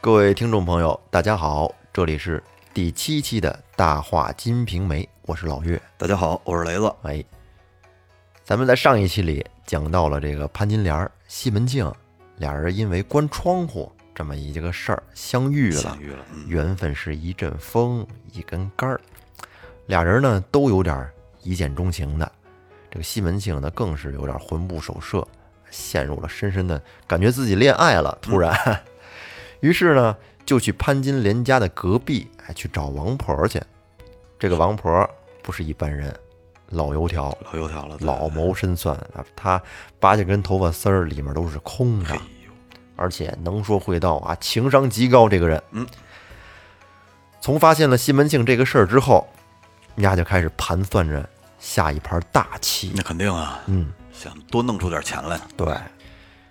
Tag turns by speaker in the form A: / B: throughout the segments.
A: 各位听众朋友，大家好，这里是第七期的《大话金瓶梅》，我是老岳。
B: 大家好，我是雷子。
A: 哎，咱们在上一期里讲到了这个潘金莲、西门庆俩人因为关窗户这么一个事儿相遇了
B: 相，遇了，嗯，
A: 缘分是一阵风一根杆儿。俩人呢都有点一见钟情的，这个西门庆呢更是有点魂不守舍，陷入了深深的感觉自己恋爱了，突然，于是呢就去潘金莲家的隔壁，哎，去找王婆去。这个王婆不是一般人，老油条，
B: 老油条了，对
A: 老。谋深算啊，她八戒根头发丝儿里面都是空的
B: 哎，呦，
A: 而且能说会道啊，情商极高。这个人，
B: 嗯，
A: 从发现了西门庆这个事儿之后，丫就开始盘算着下一盘大棋。
B: 那肯定啊，
A: 嗯，
B: 想多弄出点钱来，
A: 对。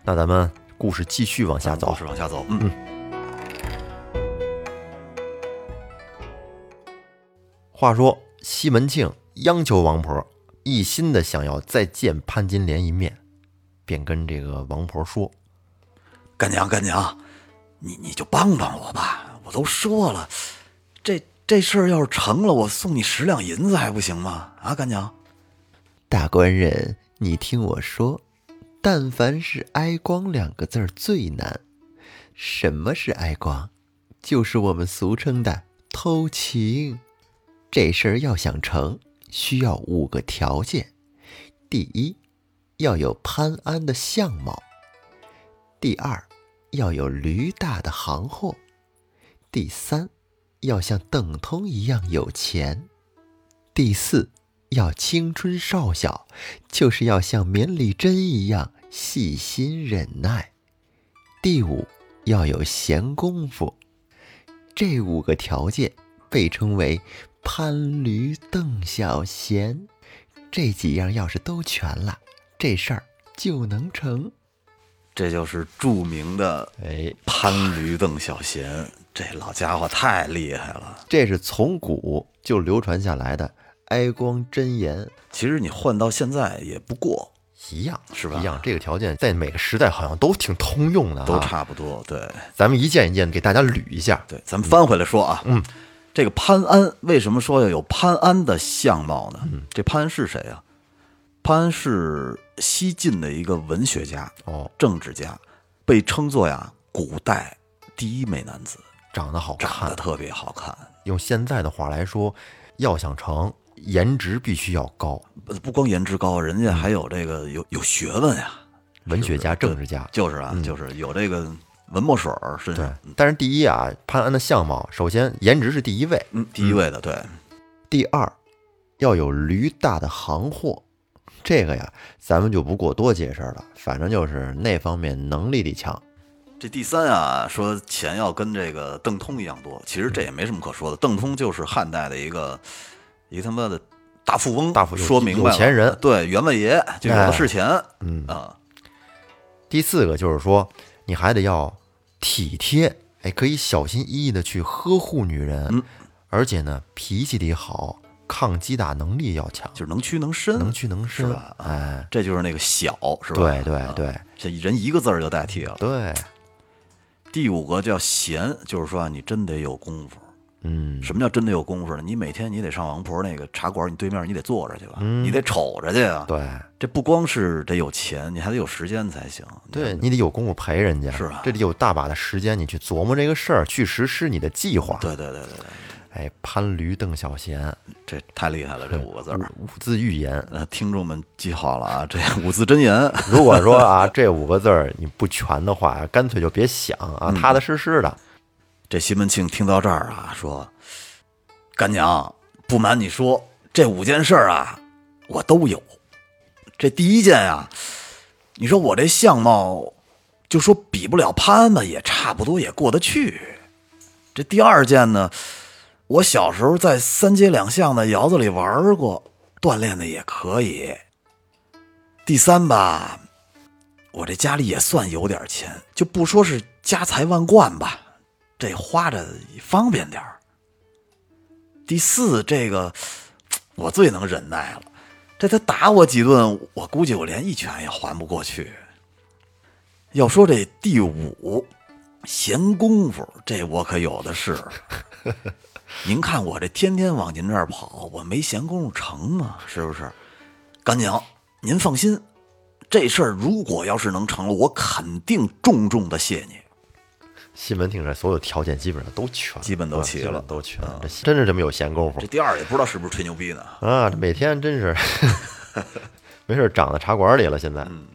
A: 那咱们故事继续往下走
B: 是。往下走。嗯，
A: 话说西门庆央求王婆，一心的想要再见潘金莲一面，便跟这个王婆说
B: 干娘干娘，你你就帮帮我吧，我都说了，这这事儿要是成了，我送你十两银子还不行吗？啊，干娘，：“
A: 大官人，你听我说，但凡是哀光两个字儿最难。什么是哀光？就是我们俗称的偷情。这事儿要想成，需要五个条件：第一，要有潘安的相貌；第二，要有驴大的行货；第三，要像邓通一样有钱；第四，要青春少小，就是要像绵里针一样细心忍耐；第五，要有闲工夫。这五个条件被称为潘驴邓小闲。这几样要是都全了，这事儿就能成。
B: 这就是著名的
A: 哎，
B: 潘驴邓小闲，这老家伙太厉害了。
A: 这是从古就流传下来的哀光真言，
B: 其实你换到现在也不过，
A: 一样
B: 是吧
A: 一样，这个条件在每个时代好像都挺通用的、啊，
B: 都。差不多。对，
A: 咱们一件一件给大家捋一下。
B: 对，咱们翻回来说啊，嗯，这个潘安为什么说要有潘安的相貌呢？
A: 嗯
B: 这潘安是谁啊？潘安是西晋的一个文学家、
A: 哦，
B: 政治家，被称作呀古代第一美男子，
A: 长得好
B: 长
A: 看
B: 得，特别好看。
A: 用现在的话来说，要想成，颜值必须要高，
B: 不不光颜值高，人
A: 嗯
B: 家还有这个有有学问呀，
A: 文学家、政治家。
B: 就是啊，就是有这个文墨水儿身
A: 嗯对
B: 上，，
A: 但是第一啊，潘安的相貌，首先颜值是第一位，
B: 嗯，第一位的，对，
A: 第二要有驴大的行货。这个呀，咱们就不过多解释了，反正就是那方面能力力强。
B: 这第三啊，说钱要跟这个邓通一样多，其实这也没什么可说的。邓通就是汉代的一个一个他妈的大富翁，
A: 大富有
B: 说明白了
A: 有钱人
B: 对员外爷就有的是钱
A: 嗯，
B: 啊。
A: 第四个就是说，你还得要体贴，哎，可以小心翼翼的去呵护女人，
B: 嗯
A: 而且呢，脾气得好，抗击打能力要强，
B: 就是能屈能伸，
A: 能屈能伸
B: 是吧，
A: 哎，
B: 这就是那个小，是吧？
A: 对对
B: 啊
A: 对
B: 这人一个字儿就代替了。
A: 对，
B: 第五个叫闲，就是说啊，你真得有功夫。
A: 嗯，
B: 什么叫真得有功夫呢？你每天你得上王婆那个茶馆，你对面你得坐着去吧，你得瞅着去啊。
A: 嗯对
B: 这不光是得有钱，你还得有时间才行。
A: 对，你得有功夫陪人家，
B: 是啊
A: 这里有大把的时间你去琢磨这个事儿，去实施你的计划。
B: 对对对对对。
A: 哎，潘驴邓小闲，
B: 这太厉害了，这五个字儿。
A: 五字寓言。
B: 呃，听众们记好了啊，这五字真言。
A: 如果说啊，这五个字儿你不全的话，干脆就别想啊，
B: 嗯
A: 踏踏实实的。
B: 这西门庆听到这儿啊，说：“干娘，不瞒你说，这五件事儿啊，我都有。这第一件啊，你说我这相貌，就说比不了潘安吧，也差不多也过得去。这第二件呢，我小时候在三街两巷的窑子里玩儿过，锻炼的也可以。第三吧，我这家里也算有点钱，就不说是家财万贯吧，这花着方便点儿。第四，这个我最能忍耐了，这他打我几顿，我估计我连一拳也还不过去。要说这第五，闲工夫，这我可有的是。您看我这天天往您这儿跑，我没闲工夫成吗？是不是？干娘，您放心，这事儿如果要是能成了，我肯定重重的谢你。
C: 西门町这所有条件基本上都全了，
B: 基本都齐了
C: 啊
B: 嗯
C: 基本都全了。这真是这么有闲工夫
B: 这第二也不知道是不是吹牛逼呢。
C: 啊！这每天真 是没事儿长在茶馆里了。现在，
B: 嗯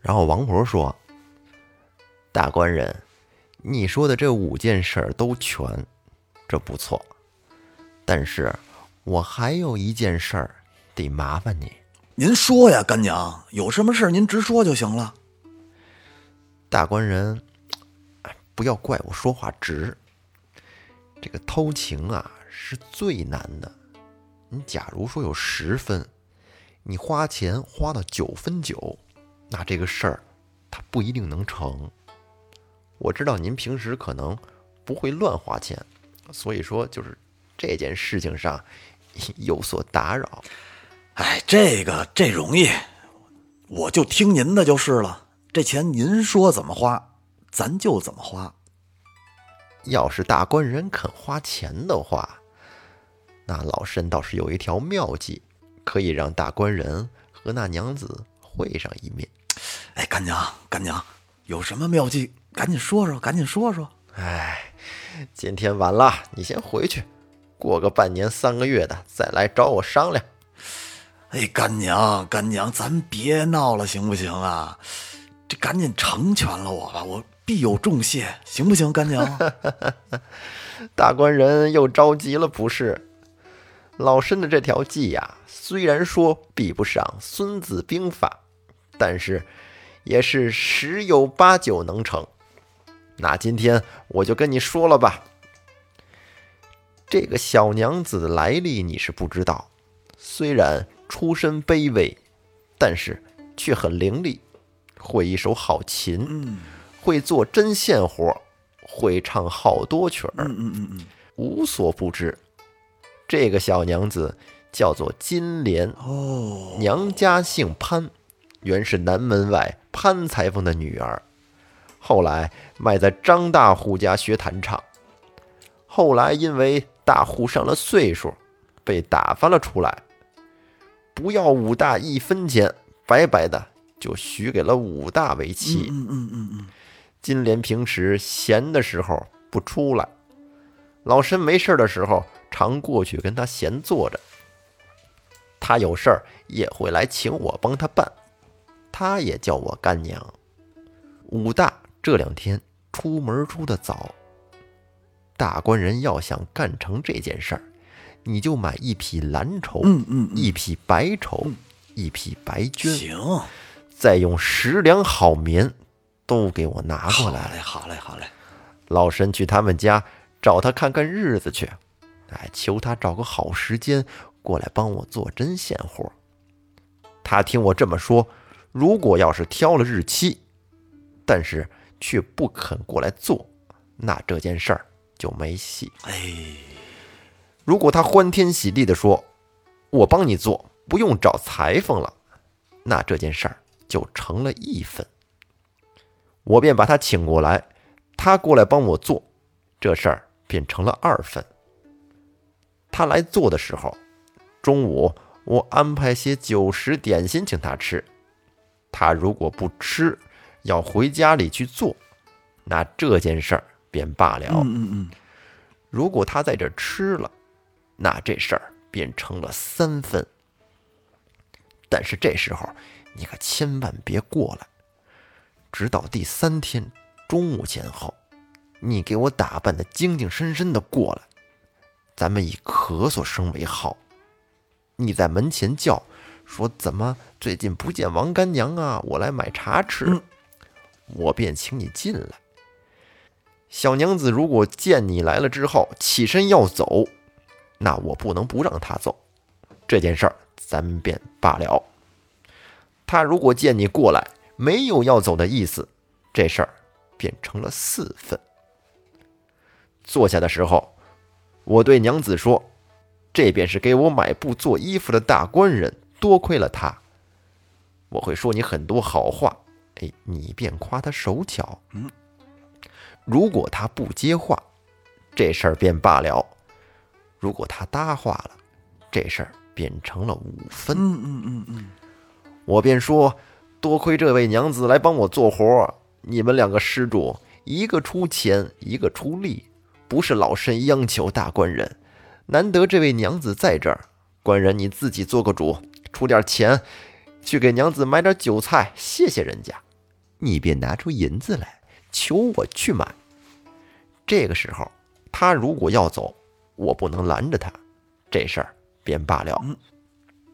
C: 然后王婆说
A: 大官人，你说的这五件事儿都全，这不错。但是我还有一件事儿得麻烦你。
B: 您说呀，干娘，有什么事儿您直说就行了。
A: 大官人，哎，不要怪我说话直。这个偷情啊是最难的。你假如说有十分，你花钱花到九分九，那这个事儿它不一定能成。我知道您平时可能不会乱花钱，所以说就是这件事情上有所打扰。
B: 哎，这个这容易，我就听您的就是了。这钱您说怎么花，咱就怎么花。
A: 要是大官人肯花钱的话，那老身倒是有一条妙计，可以让大官人和那娘子会上一面。
B: 哎，干娘，干娘，有什么妙计，赶紧说说，赶紧说说。
A: 哎，今天晚了，你先回去，过个半年三个月的再来找我商量。
B: 哎，干娘，干娘，咱别闹了，行不行啊？这赶紧成全了我吧，我必有重谢，行不行，干 娘？
A: 大官人又着急了，不是？老身的这条计呀、虽然说比不上《孙子兵法》，但是也是十有八九能成。那今天我就跟你说了吧。这个小娘子的来历你是不知道，虽然出身卑微，但是却很伶俐，会一手好琴，
B: 嗯
A: 会做针线活儿，会唱好多曲儿。
B: 嗯嗯嗯嗯，
A: 无所不知。这个小娘子叫做金莲，
B: 哦，
A: 娘家姓潘，原是南门外潘裁缝的女儿，后来卖在张大户家学弹唱。后来因为大户上了岁数，被打发了出来，不要武大一分钱，白白的就许给了武大为妻。
B: 嗯嗯嗯嗯，
A: 金莲平时闲的时候不出来，老身没事儿的时候常过去跟他闲坐着。他有事儿也会来请我帮他办，他也叫我干娘。武大这两天出门出的早，大官人要想干成这件事儿，你就买一匹蓝绸，
B: 嗯嗯嗯
A: 一匹白绸，一匹白绢，
B: 行，
A: 再用十两好棉都给我拿过
B: 好
A: 来。
B: 嘞，好嘞，好嘞。
A: 老身去他们家找他看看日子去，哎，求他找个好时间过来帮我做针线活。他听我这么说，如果要是挑了日期，但是却不肯过来做，那这件事儿就没戏。
B: 哎，
A: 如果他欢天喜地地说：“我帮你做，不用找裁缝了”，那这件事儿就成了义愤。我便把他请过来，他过来帮我做，这事儿便成了二分。他来做的时候，中午我安排些酒食点心请他吃，他如果不吃，要回家里去做，那这件事儿便罢了。
B: 嗯嗯
A: 如果他在这吃了，那这事儿便成了三分。但是这时候你可千万别过来，直到第三天中午前后，你给我打扮的精精神神的过来，咱们以咳嗽声为号。你在门前叫，说怎么最近不见王干娘啊？我来买茶吃，我便请你进来。小娘子如果见你来了之后起身要走，那我不能不让她走。这件事儿咱们便罢了。她如果见你过来没有要走的意思，这事儿便成了四分。坐下的时候，我对娘子说：“这便是给我买布做衣服的大官人，多亏了他。我会说你很多好话，哎，你便夸他手巧。如果他不接话，这事儿便罢了；如果他搭话了，这事儿变成了五分。
B: 嗯嗯嗯嗯，
A: 我便说：“多亏这位娘子来帮我做活儿，你们两个施主，一个出钱，一个出力，不是老身央求大官人。难得这位娘子在这儿，官人你自己做个主，出点钱，去给娘子买点酒菜，谢谢人家。”
D: 你便拿出银子来。
A: 求我去买。这个时候，他如果要走，我不能拦着他，这事儿便罢了。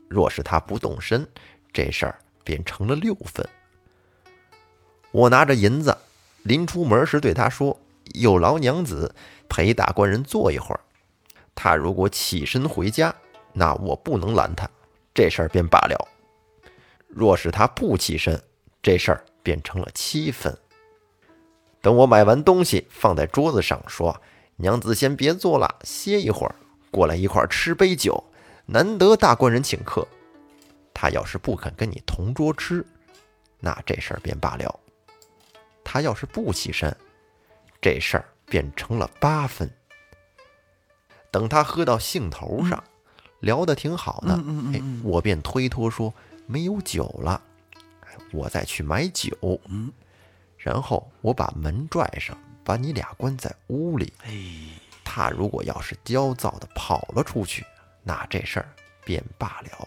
A: 若是他不动身，这事儿便成了六分。我拿着银子，临出门时对他说：“有劳娘子陪大官人坐一会儿。”他如果起身回家，那我不能拦他，这事儿便罢了。若是他不起身，这事儿便成了七分。等我买完东西放在桌子上，说：“娘子先别做了，歇一会儿，过来一块儿吃杯酒。难得大官人请客，他要是不肯跟你同桌吃，那这事儿便罢了；他要是不起身，这事儿便成了八分。等他喝到兴头上，聊得挺好呢，哎，我便推脱说没有酒了，哎我再去买酒。然后我把门拽上，把你俩关在屋里。
B: 嗯
A: 他如果要是焦躁的跑了出去，那这事儿便罢了；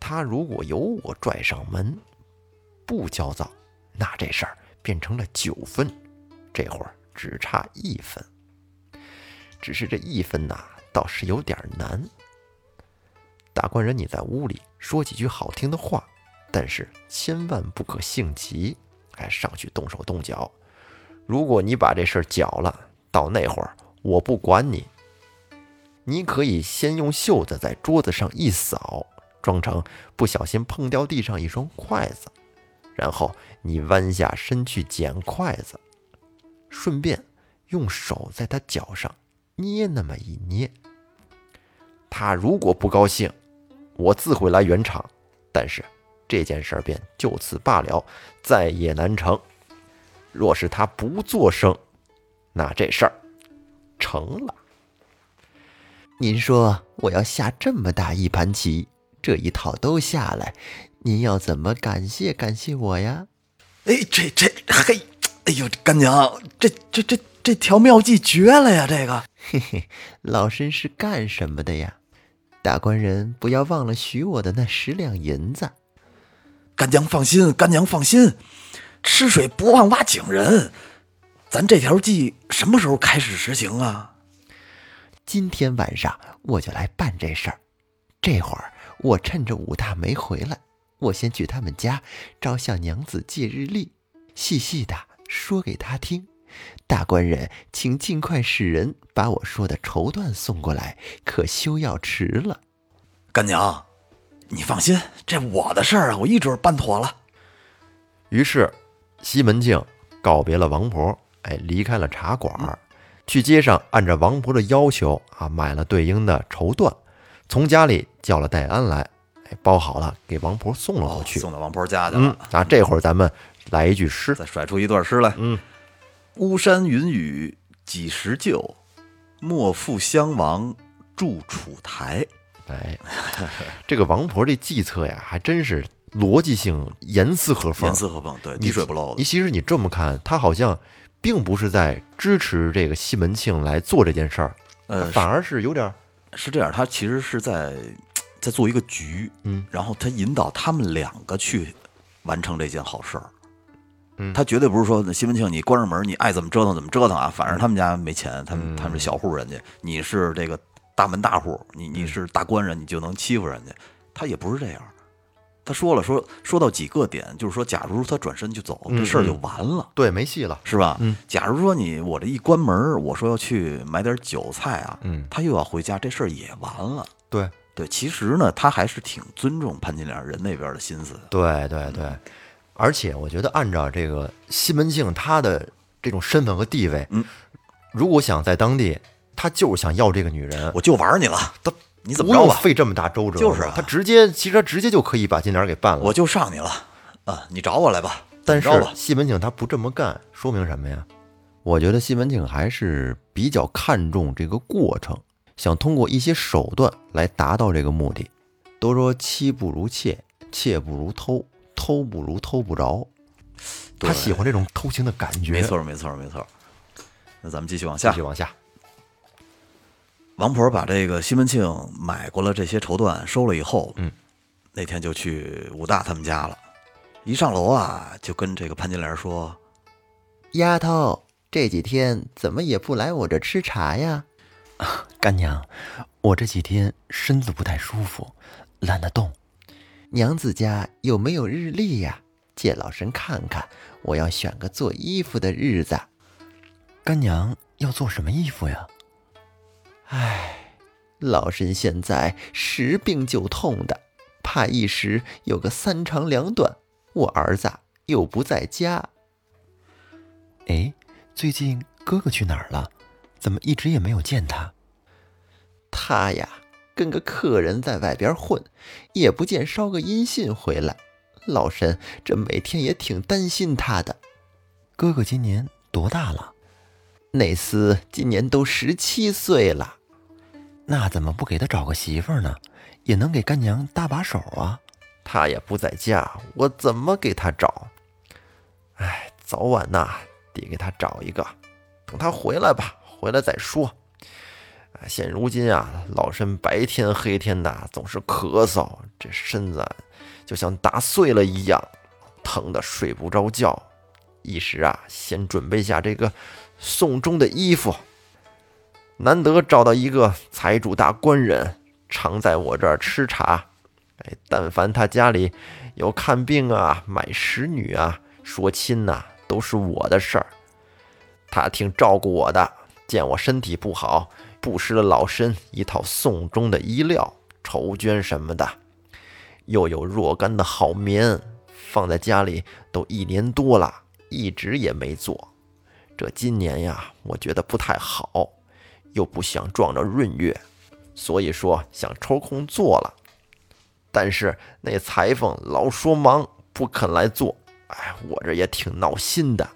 A: 他如果由我拽上门，不焦躁，那这事儿变成了九分，这会儿只差一分。只是这一分呐、倒是有点难。大官人，你在屋里说几句好听的话，但是千万不可性急，哎，上去动手动脚。如果你把这事儿搅了，到那会儿我不管你。你可以先用袖子在桌子上一扫，装成不小心碰掉地上一双筷子，然后你弯下身去捡筷子，顺便用手在他脚上捏那么一捏。他如果不高兴，我自会来圆场，但是这件事儿便就此罢了，再也难成。若是他不作声，那这事儿成了。
D: 您说我要下这么大一盘棋，这一套都下来，您要怎么感谢感谢我呀？
B: 哎，这这嘿，哎呦，干娘，这这这这条妙计绝了呀！这个，
D: 嘿嘿，老身是干什么的呀？大官人不要忘了许我的那十两银子。
B: 干娘放心，干娘放心，吃水不忘挖井人，咱这条计什么时候开始实行啊？
D: 今天晚上我就来办这事儿。这会儿我趁着武大没回来，我先去他们家找小娘子借日历，细细的说给她听。大官人，请尽快使人把我说的绸缎送过来，可休要迟了。
B: 干娘，你放心，这我的事儿啊，我一准办妥了。
A: 于是，西门庆告别了王婆，哎，离开了茶馆
B: 嗯
A: 儿，去街上按照王婆的要求啊，买了对应的绸缎，从家里叫了戴安来，哎，包好了给王婆送了回嗯去。
B: 哦送到王婆家去
A: 嗯
B: 了，，
A: 啊，这会儿咱们来一句诗，
B: 再甩出一段诗来。
A: 嗯，
B: 巫山云雨几时就，莫负襄王驻楚台。
A: 哎， 这个王婆这计策呀，还真是逻辑性严丝合缝
B: 严，丝合缝，对，
A: 你
B: 滴水不漏
A: 你
B: 的。
A: 其实你这么看，他好像并不是在支持这个西门庆来做这件事儿，
B: 呃，
A: 反而是有点儿
B: 是这样，他其实是在在做一个局，
A: 嗯，
B: 然后他引导他们两个去完成这件好事儿。嗯，他绝对不是说西门庆，你关上门，你爱怎么折腾怎么折腾啊！反
A: 嗯
B: 正他们家没钱，他们他们是小户人家，你是这个大门大户，你
A: 嗯
B: 你是大官人，你就能欺负人家。他也不是这样，他说了说说到几个点，就是说，假如他转身就走，
A: 嗯
B: 这事儿就完了。
A: 对没戏了。
B: 是吧？嗯，假如说你我这一关门，我说要去买点韭菜啊，嗯，他又要回家，这事儿也完了。
A: 对，
B: 对，其实呢，他还是挺尊重潘金莲人那边的心思的。
A: 对对对，
B: 嗯
A: 而且我觉得按照这个西门庆他的这种身份和地位，
B: 嗯，
A: 如果想在当地，他就是想要这个女人，
B: 我就玩你了，
A: 他
B: 你怎
A: 不
B: 么着
A: 用
B: 吧，
A: 费这么大周折，
B: 就是啊
A: 他直接其实他直接就可以把金莲给办了。
B: 我就上你了，啊，你找我来吧，
A: 但是
B: 怎么着吧，
A: 西门庆他不这么干，说明什么呀？我觉得西门庆还是比较看重这个过程，想通过一些手段来达到这个目的。都说妻不如妾，妾不如偷，偷不如偷不着。
B: 对
C: 他喜欢这种偷情的感觉。
B: 没，错，没错，没错。那咱们继续往
C: 继
B: 下
C: 续，往下。
B: 王婆把这个西门庆买过了这些绸缎收了以后，
C: 嗯，
B: 那天就去武大他们家了。一上楼啊，就跟这个潘金莲说
A: 丫头，这几天怎么也不来我这吃茶呀？
C: 干娘，我这几天身子不太舒服，懒得动。
A: 娘子家有没有日历呀？借老神看看，我要选个做衣服的日子。
C: 干娘要做什么衣服呀？
A: 老身现在十病九痛的，怕一时有个三长两短。我儿子啊又不在家，
C: 哎，最近哥哥去哪儿了？怎么一直也没有见他？
A: 他呀跟个客人在外边混，也不见捎个音信回来。老身这每天也挺担心他的。
C: 哥哥今年多大了？
A: 内斯今年都十七岁了，
C: 那怎么不给他找个媳妇儿呢？也能给干娘搭把手啊！
A: 他也不在家，我怎么给他找？
C: 哎，早晚呐、得给他找一个，等他回来吧，回来再说。哎现如今啊，老身白天黑天呐，总是咳嗽，这身子啊就像打碎了一样，疼得睡不着觉。一时啊，先准备下这个送终的衣服。难得找到一个财主大官人，常在我这儿吃茶。哎，但凡他家里有看病啊、买使女啊、说亲呐、都是我的事儿。他挺照顾我的，见我身体不好，布施了老身一套送终的衣料、绸绢什么的，又有若干的好棉，放在家里都一年多了，一直也没做。这今年呀，我觉得不太好，又不想撞着闰月，所以说想抽空做了。但是那裁缝老说忙，不肯来做。哎，我这也挺闹心的，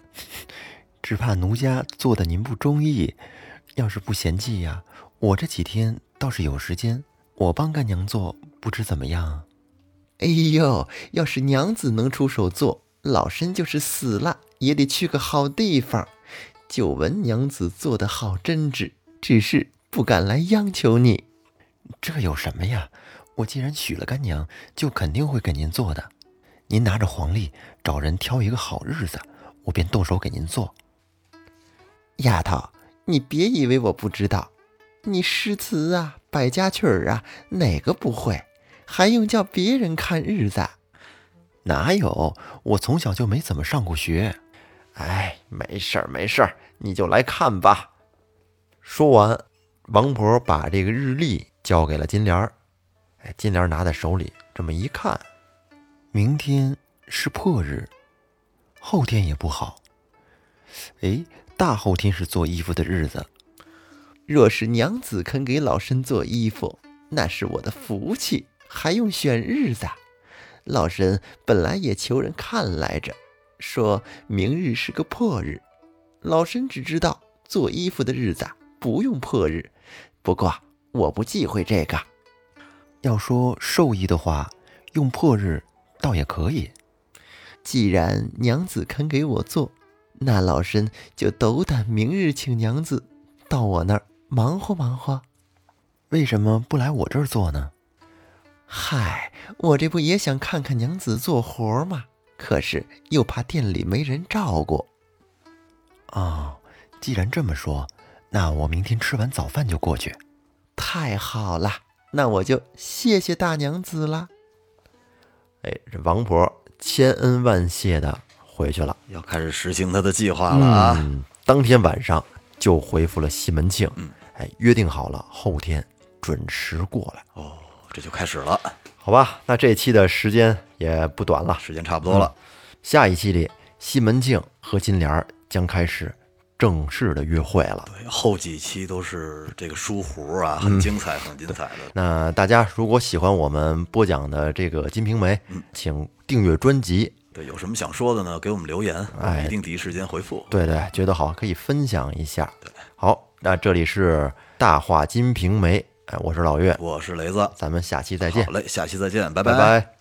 C: 只怕奴家做的您不中意。要是不嫌弃呀、我这几天倒是有时间，我帮干娘做，不知怎么样啊？
A: 哎呦，要是娘子能出手做，老身就是死了也得去个好地方。久闻娘子做的好真挚，只是不敢来央求你。
C: 这有什么呀？我既然许了干娘，就肯定会给您做的。您拿着黄历，找人挑一个好日子，我便动手给您做。
A: 丫头，你别以为我不知道，你诗词啊、百家曲儿啊，哪个不会？还用叫别人看日子啊？
C: 哪有？我从小就没怎么上过学。
A: 哎，没事儿，没事儿，你就来看吧。说完，王婆把这个日历交给了金莲儿。哎，金莲儿拿在手里，这么一看，
C: 明天是破日，后天也不好。哎，大后天是做衣服的日子，
A: 若是娘子肯给老身做衣服，那是我的福气，还用选日子啊？老身本来也求人看来着，说明日是个破日。老身只知道做衣服的日子啊不用破日，不过我不忌讳这个。
C: 要说寿衣的话，用破日倒也可以。
A: 既然娘子肯给我做，那老身就斗胆明日请娘子到我那儿忙活忙活。
C: 为什么不来我这儿做呢？
A: 嗨，我这不也想看看娘子做活吗？可是又怕店里没人照顾。
C: 哦，既然这么说，那我明天吃完早饭就过去。
A: 太好了，那我就谢谢大娘子了。
C: 哎，这王婆千恩万谢的回去了。：“
B: 要开始实行他的计划了啊！”
C: 嗯，当天晚上就回复了西门庆。哎，约定好了，后天准时过来。
B: 哦，这就开始了，
C: 好吧，那这期的时间也不短了，
B: 时间差不多了。
C: 下一期里西门庆和金莲儿将开始正式的约会了。
B: 对后几期都是这个书胡啊，
A: 嗯
B: 很精彩，很精彩的。
C: 那大家如果喜欢我们播讲的这个《金瓶梅》，请订阅专辑，
B: 对，有什么想说的呢？给我们留言，我们
A: 哎
B: 一定第一时间回复。
A: 对对，觉得好可以分享一下。好，那这里是大话金瓶梅，哎，我是老岳，
B: 我是雷子，
A: 咱们下期再见
B: 好，嘞，下期再见，
A: 拜拜